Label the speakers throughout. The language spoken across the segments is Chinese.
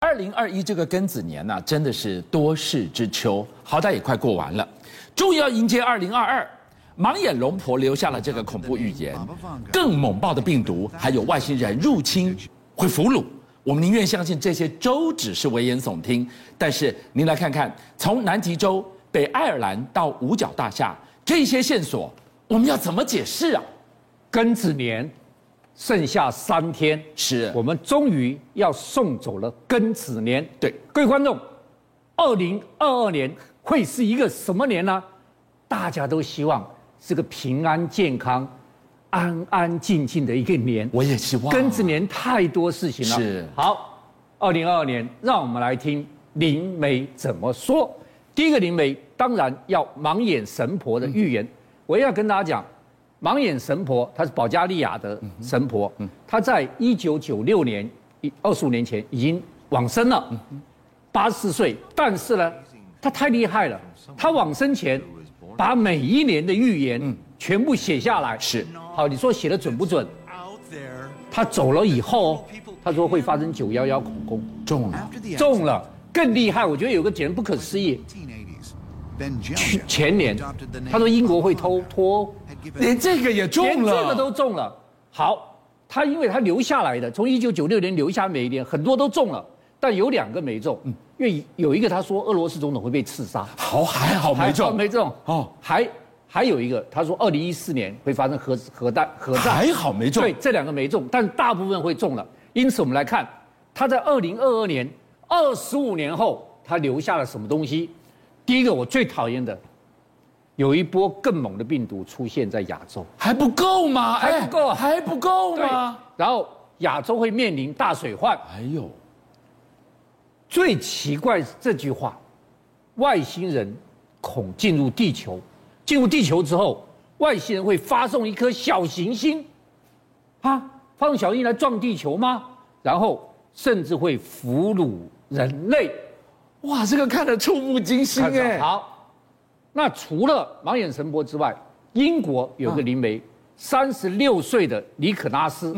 Speaker 1: 二零二一这个庚子年呢、真的是多事之秋，好歹也快过完了，终于要迎接二零二二。盲眼龙婆留下了这个恐怖预言，更猛爆的病毒，还有外星人入侵会俘虏。我们宁愿相信这些州只是危言耸听，但是您来看看，从南极洲、北爱尔兰到五角大厦这些线索，我们要怎么解释啊？
Speaker 2: 庚子年剩下三天，
Speaker 1: 是
Speaker 2: 我们终于要送走了庚子年。
Speaker 1: 对，
Speaker 2: 各位观众，二零二二年会是一个什么年呢？大家都希望是个平安健康、安安静静的一个年。
Speaker 1: 我也希望
Speaker 2: 庚子年太多事情了。
Speaker 1: 是
Speaker 2: 好，二零二二年，让我们来听灵媒怎么说。第一个灵媒当然要盲眼神婆的预言。我要跟大家讲，盲眼神婆她是保加利亚的神婆，
Speaker 1: 嗯
Speaker 2: 她在一九九六年，一二十五年前已经往生了。八十岁，但是呢，他太厉害了，他往生前把每一年的预言全部写下来。
Speaker 1: 嗯是
Speaker 2: 好，你说写的准不准？
Speaker 3: out there
Speaker 2: 他走了以后，他说会发生九幺幺恐攻，
Speaker 1: 中了，
Speaker 3: after the
Speaker 2: 中了，更厉害。我觉得有个简直不可思议，
Speaker 3: 1980s. Ben
Speaker 2: 去
Speaker 3: Jellinek
Speaker 2: 前年
Speaker 3: adopted the name
Speaker 2: 他说英国会偷脱
Speaker 3: had
Speaker 1: 连
Speaker 3: given
Speaker 1: 这个也中了，
Speaker 2: 连这个都中了。好，他因为他留下来的，从一九九六年留下每一年，很多都中了，但有两个没中，
Speaker 1: 嗯
Speaker 2: 因为有一个他说俄罗斯总统会被刺杀，
Speaker 1: 好还好没
Speaker 2: 还好
Speaker 1: 中，
Speaker 2: 没中
Speaker 1: 哦
Speaker 2: 哦，还还有一个他说二零一四年会发生核核弹核战，
Speaker 1: 还好没中
Speaker 2: 对，这两个没中，但大部分会中了。因此我们来看，他在二零二二年二十五年后，他留下了什么东西？第一个我最讨厌的，有一波更猛的病毒出现在亚洲，
Speaker 1: 还不够吗？
Speaker 2: 还不够
Speaker 1: 哎还不够
Speaker 2: 对
Speaker 1: 吗？，哎
Speaker 2: 然后亚洲会面临大水患。
Speaker 1: 还有
Speaker 2: 最奇怪是这句话：外星人恐进入地球，进入地球之后，外星人会发送一颗小行星，啊，发送小行星来撞地球吗？然后甚至会俘虏人类。
Speaker 1: 哇，这个看得触目惊心
Speaker 2: 看着
Speaker 1: 哎！
Speaker 2: 好，那除了盲眼神婆之外，英国有个灵媒，三十六岁的尼可拉斯。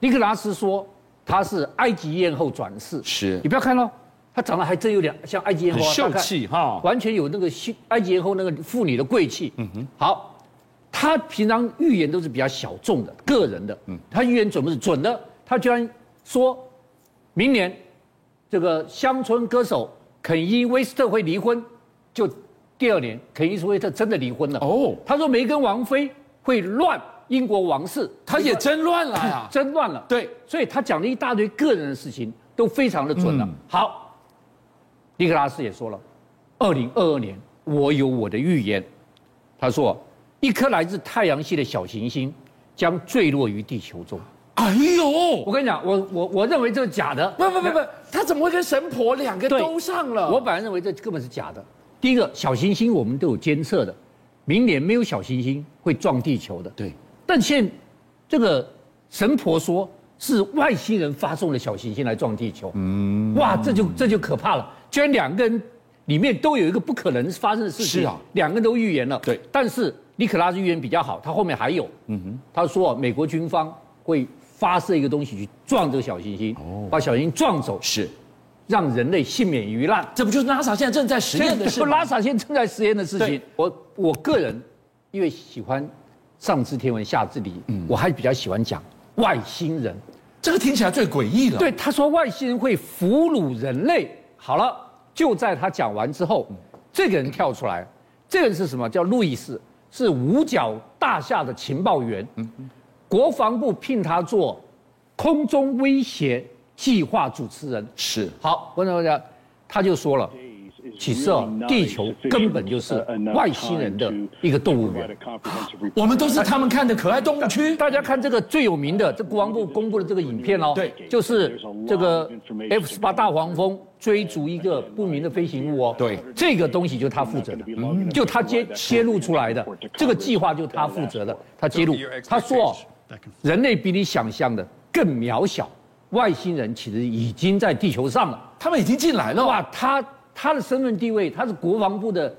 Speaker 2: 尼可拉斯说他是埃及艳后转世。
Speaker 1: 是
Speaker 2: 你不要看哦，他长得还真有点像埃及艳后啊，
Speaker 1: 很秀
Speaker 2: 大概
Speaker 1: 气哈
Speaker 2: 完全有那个西埃及艳后那个妇女的贵气。嗯哼，好。他平常预言都是比较小众的、个人的，他预言准不准？准的，他居然说，明年这个乡村歌手肯伊·威斯特会离婚，就第二年，肯伊·威斯特真的离婚了。
Speaker 1: 哦
Speaker 2: 哦，他说梅根王妃会乱英国王室，
Speaker 1: 他也真乱啊了 呀！
Speaker 2: 真乱了。
Speaker 1: 对，
Speaker 2: 所以他讲了一大堆个人的事情，都非常的准了。
Speaker 1: 嗯
Speaker 2: 好，尼克拉斯也说了，二零二二年我有我的预言，他说一颗来自太阳系的小行星将坠落于地球中。
Speaker 1: 哎呦，
Speaker 2: 我跟你讲，我我我认为这是假的。
Speaker 1: 不不不不，他怎么会跟神婆两个
Speaker 2: 对
Speaker 1: 都上了？
Speaker 2: 我本来认为这根本是假的。第一个，小行星我们都有监测的，明年没有小行星会撞地球的。
Speaker 1: 对，
Speaker 2: 但现这个神婆说是外星人发送的小行星来撞地球，嗯，哇，这就这就可怕了。居然两个人里面都有一个不可能发生的事情，
Speaker 1: 是啊
Speaker 2: 两个人都预言了。
Speaker 1: 对
Speaker 2: 但是尼可拉斯预言比较好，他后面还有，嗯哼，他说美国军方会发射一个东西去撞这个小行星，把小行星撞走，
Speaker 1: 哦是，
Speaker 2: 让人类幸免于难。
Speaker 1: 这不就是 NASA 现在正在实验的事
Speaker 2: 不
Speaker 1: 吗？
Speaker 2: 拉萨现在正在实验的事情
Speaker 1: 对。
Speaker 2: 我我个人因为喜欢上知天文下知理，我还比较喜欢讲外星人。
Speaker 1: 这个听起来最诡异了。，
Speaker 2: 对，他说外星人会俘虏人类。好了，就在他讲完之后，这个人跳出来，这个人是什么？叫路易斯，是五角大厦的情报员。国防部聘他做空中威胁计划主持人。
Speaker 1: 是
Speaker 2: 好，观众朋友，他就说了。
Speaker 4: 其实啊，地球根本就是外星人的一个动物园。
Speaker 1: 我们都是他们看的可爱动物区。
Speaker 2: 大家看这个最有名的，这国防部公布的这个影片哦，
Speaker 4: 对
Speaker 2: 就是这个 F 十八大黄蜂追逐一个不明的飞行物哦，
Speaker 1: 对
Speaker 2: 这个东西就是他负责的，就他揭揭露出来的，这个计划就是他负责的，他揭露，他说哦，人类比你想象的更渺小，外星人其实已经在地球上了。
Speaker 1: 他们已经进来了，
Speaker 2: 哇，他他的身份地位，他是国防部的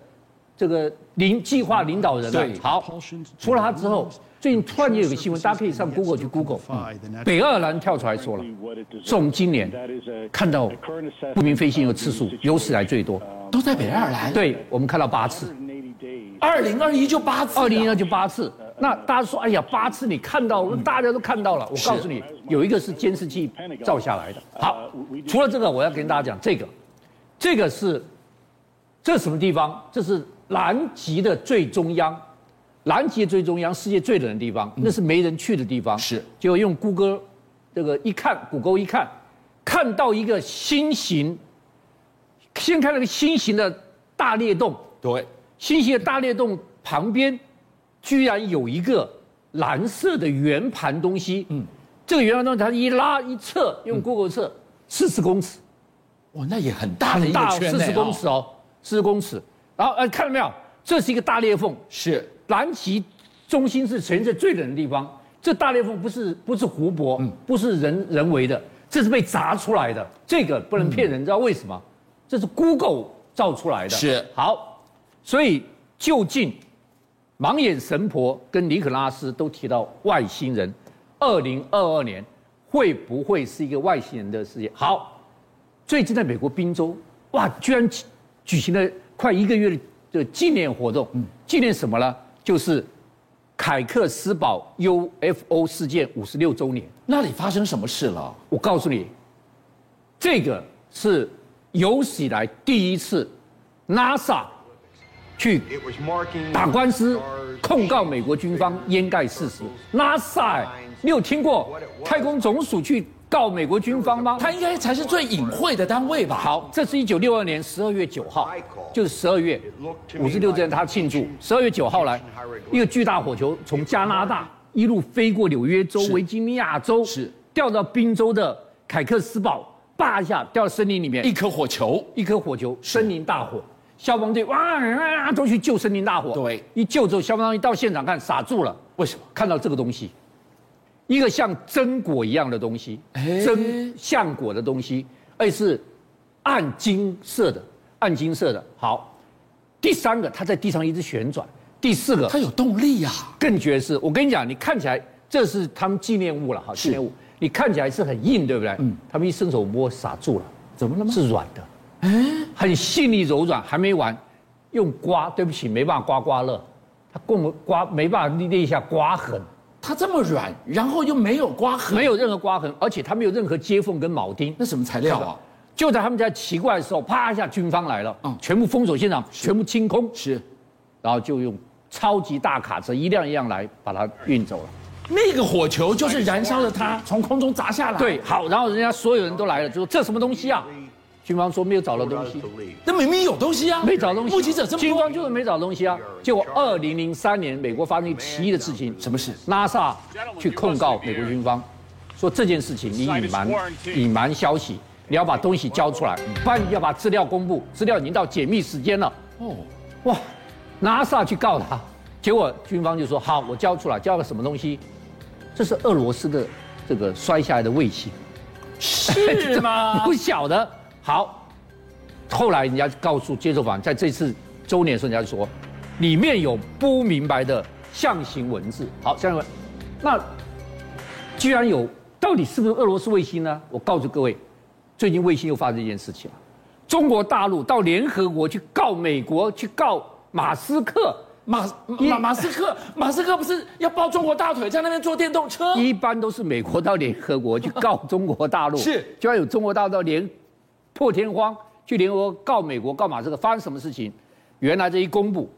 Speaker 2: 这个领计划领导人、啊。
Speaker 1: 对
Speaker 2: 好，除了他之后，最近突然间有个新闻，大家可以上 Google 去 Google，、嗯、北爱尔兰跳出来说了，总今年看到不明飞行的次数有史来最多，
Speaker 1: 都在北爱尔兰。
Speaker 2: 对，我们看到八次，
Speaker 1: 二零二一就八次，
Speaker 2: 二零二就八次。那大家说，哎呀，八次你看到，大家都看到了。我告诉你，有一个是监视器照下来的。好，除了这个，我要跟大家讲这个，这个是这什么地方？这是南极的最中央，南极最中央，世界最冷的地方，那是没人去的地方。
Speaker 1: 是，
Speaker 2: 结果用谷歌这个一看，谷歌一看，看到一个新型，先看了个新型的大裂洞。
Speaker 1: 对，
Speaker 2: 新型的大裂洞旁边。居然有一个蓝色的圆盘东西，嗯，这个圆盘东西它一拉一测，用 Google 测四十公尺，
Speaker 1: 哇，那也很大的一个圈啊
Speaker 2: 四十公尺哦，四十公尺。然后呃，看到没有？这是一个大裂缝，
Speaker 1: 是
Speaker 2: 南极中心是全世界最冷的地方。这大裂缝不是不是湖泊，嗯、不是人人为的，这是被砸出来的。这个不能骗人，嗯、知道为什么？这是 Google 造出来的。
Speaker 1: 是
Speaker 2: 好，所以就近。盲眼神婆跟尼可拉斯都提到外星人，二零二二年会不会是一个外星人的世界？好，最近在美国宾州，哇，居然举行了快一个月的纪念活动，嗯、纪念什么呢？就是凯克斯堡 UFO 事件五十六周年。
Speaker 1: 那里发生什么事了？
Speaker 2: 我告诉你，这个是有史以来第一次，NASA。去打官司控告美国军方掩盖事实，NASA，你哎有听过太空总署去告美国军方吗？
Speaker 1: 它应该才是最隐晦的单位吧？
Speaker 2: 好，这是一九六二年十二月九号，就是十二月五十六天，他庆祝十二月九号来，一个巨大火球从加拿大一路飞过纽约州、维吉尼亚州，
Speaker 1: 是
Speaker 2: 掉到宾州的凯克斯堡，叭一下掉到森林里面，
Speaker 1: 一颗火球，
Speaker 2: 一颗火球，森林大火。消防队哇啊都去救森林大火，
Speaker 1: 对，
Speaker 2: 一救之后，消防队到现场看傻住了，
Speaker 1: 为什么？
Speaker 2: 看到这个东西，一个像榛果一样的东西，
Speaker 1: 哎
Speaker 2: 榛橡果的东西，而且是暗金色的，暗金色的。好，第三个它在地上一直旋转，第四个
Speaker 1: 它有动力呀、啊，
Speaker 2: 更绝是。我跟你讲，你看起来这是他们纪念物了哈，纪念物，你看起来是很硬，对不对？嗯，他们一伸手摸傻住了，
Speaker 1: 怎么了吗？
Speaker 2: 是软的。很细腻柔软，还没完，用刮，对不起，没办法刮刮乐，它共刮没办法捏一下刮痕，
Speaker 1: 它这么软，然后又没有刮痕，
Speaker 2: 没有任何刮痕，而且它没有任何接缝跟铆钉，
Speaker 1: 那什么材料啊？
Speaker 2: 就在他们家奇怪的时候，啪一下，军方来了，嗯，全部封锁现场，全部清空，
Speaker 1: 是，
Speaker 2: 然后就用超级大卡车一辆一辆来把它运走了。
Speaker 1: 那个火球就是燃烧的它，从空中砸下来。
Speaker 2: 对，好，然后人家所有人都来了，就说这什么东西啊？军方说没有找到东西，
Speaker 1: 那明明有东西啊，
Speaker 2: 没找东西。
Speaker 1: 目击者这么多，
Speaker 2: 军方就是没找东西啊。结果二零零三年，美国发生一奇异的事情，
Speaker 1: 什么事哎
Speaker 2: ？NASA 去控告美国军方，说这件事情你隐瞒隐瞒消息，你要把东西交
Speaker 1: 哦
Speaker 2: 出来，不然你要把资料公布，资料已经到解密时间了。哦，哇，NASA 去告他，结果军方就说好，我交出来，交个什么东西？这是俄罗斯的这个摔下来的卫星，
Speaker 1: 是 吗？
Speaker 2: 不晓得。好，后来人家告诉接受访，在这次周年的时候，人家说，里面有不明白的象形文字。好，象形文，那居然有，到底是不是俄罗斯卫星呢？我告诉各位，最近卫星又发生一件事情了，中国大陆到联合国去告美国，去告马斯克，
Speaker 1: 马马马斯克，马斯克不是要抱中国大腿在那边坐电动车？
Speaker 2: 一般都是美国到联合国去告中国大陆，
Speaker 1: 是
Speaker 2: 居然有中国大陆到联。破天荒去联合国告美国告马斯克，发生什么事情？原来这一公布，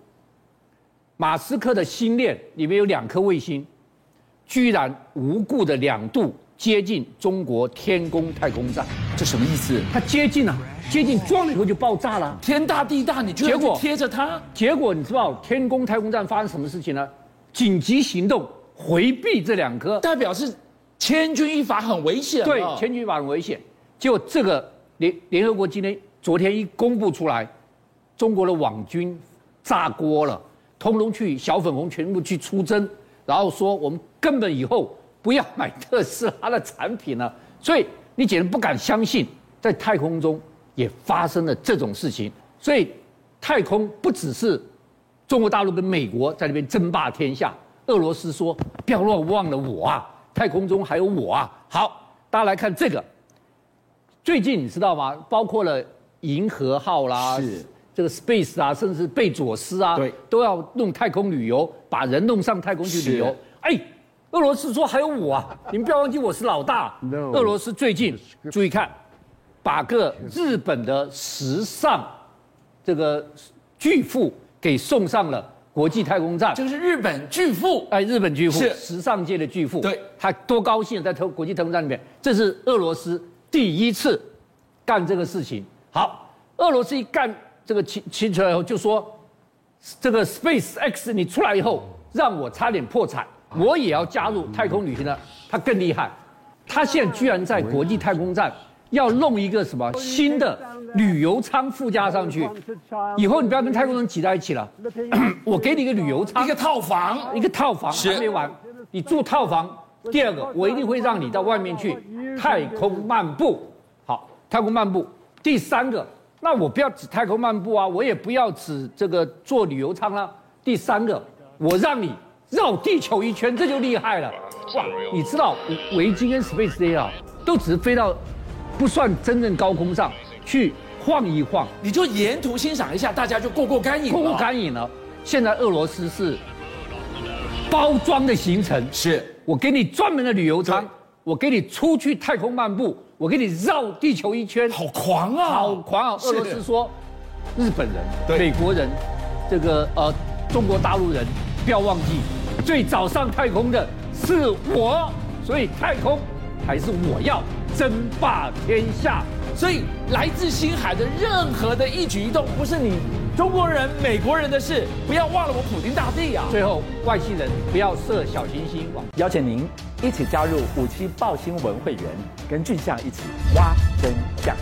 Speaker 2: 马斯克的星链里面有两颗卫星，居然无故的两度接近中国天宫太空站，
Speaker 1: 这什么意思？
Speaker 2: 它接近啊，接近撞了以后就爆炸了，
Speaker 1: 天大地大，你结果贴着它，
Speaker 2: 结果你知道天宫太空站发生什么事情呢？紧急行动回避这两颗，
Speaker 1: 代表是千钧一发，很危险。啊
Speaker 2: 对，千钧一发很危险。结果这个。联联合国今天昨天一公布出来，中国的网军炸锅了，通通去小粉红全部去出征，然后说我们根本以后不要买特斯拉的产品了，所以你简直不敢相信，在太空中也发生了这种事情，所以太空不只是中国大陆跟美国在那边争霸天下，俄罗斯说不要乱忘了我啊，太空中还有我啊。好，大家来看这个，最近你知道吗？包括了银河号啦，
Speaker 1: 是
Speaker 2: 这个 Space 啊，甚至贝佐斯啊，
Speaker 1: 对
Speaker 2: 都要弄太空旅游，把人弄上太空去旅游
Speaker 1: 是。
Speaker 2: 哎，俄罗斯说还有我啊，你们不要忘记我是老大。
Speaker 5: No
Speaker 2: 俄罗斯最近注意看，把个日本的时尚这个巨富给送上了国际太空站。
Speaker 1: 这个是日本巨富，
Speaker 2: 哎，日本巨富
Speaker 1: 是
Speaker 2: 时尚界的巨富，
Speaker 1: 对
Speaker 2: 他多高兴，在投国际太空站里面，这是俄罗斯第一次干这个事情。好，俄罗斯一干这个清清出来以后，就说这个 Space X 你出来以后，让我差点破产，我也要加入太空旅行了。他更厉害，他现在居然在国际太空站要弄一个什么新的旅游舱附加上去，以后你不要跟太空人挤在一起了，我给你一个旅游舱
Speaker 1: 一个。套房，
Speaker 2: 啊一个套房
Speaker 1: 是
Speaker 2: 还没完，你住套房。第二个，我一定会让你到外面去太空漫步。好，太空漫步。第三个，那我不要只太空漫步啊，我也不要只这个坐旅游舱啦、第三个，我让你绕地球一圈，这就厉害了。哇，你知道维京跟 Space Day 啊，都只是飞到不算真正高空上去晃一晃，
Speaker 1: 你就沿途欣赏一下，大家就过过干瘾了。
Speaker 2: 过过干瘾了。现在俄罗斯是包装的行程，
Speaker 1: 是
Speaker 2: 我给你专门的旅游舱
Speaker 1: 对，
Speaker 2: 我给你出去太空漫步，我给你绕地球一圈，
Speaker 1: 好狂啊！
Speaker 2: 好狂啊！
Speaker 1: 是
Speaker 2: 俄罗斯说，日本人、
Speaker 1: 对
Speaker 2: 美国人，这个呃中国大陆人，不要忘记，最早上太空的是我，所以太空还是我要争霸天下。
Speaker 1: 所以来自星海的任何的一举一动，不是你中国人、美国人的事，不要忘了我普京大帝啊！
Speaker 2: 最后，外星人不要射小行星往
Speaker 6: 邀请您一起加入五七报新闻会员，跟俊相一起挖真相。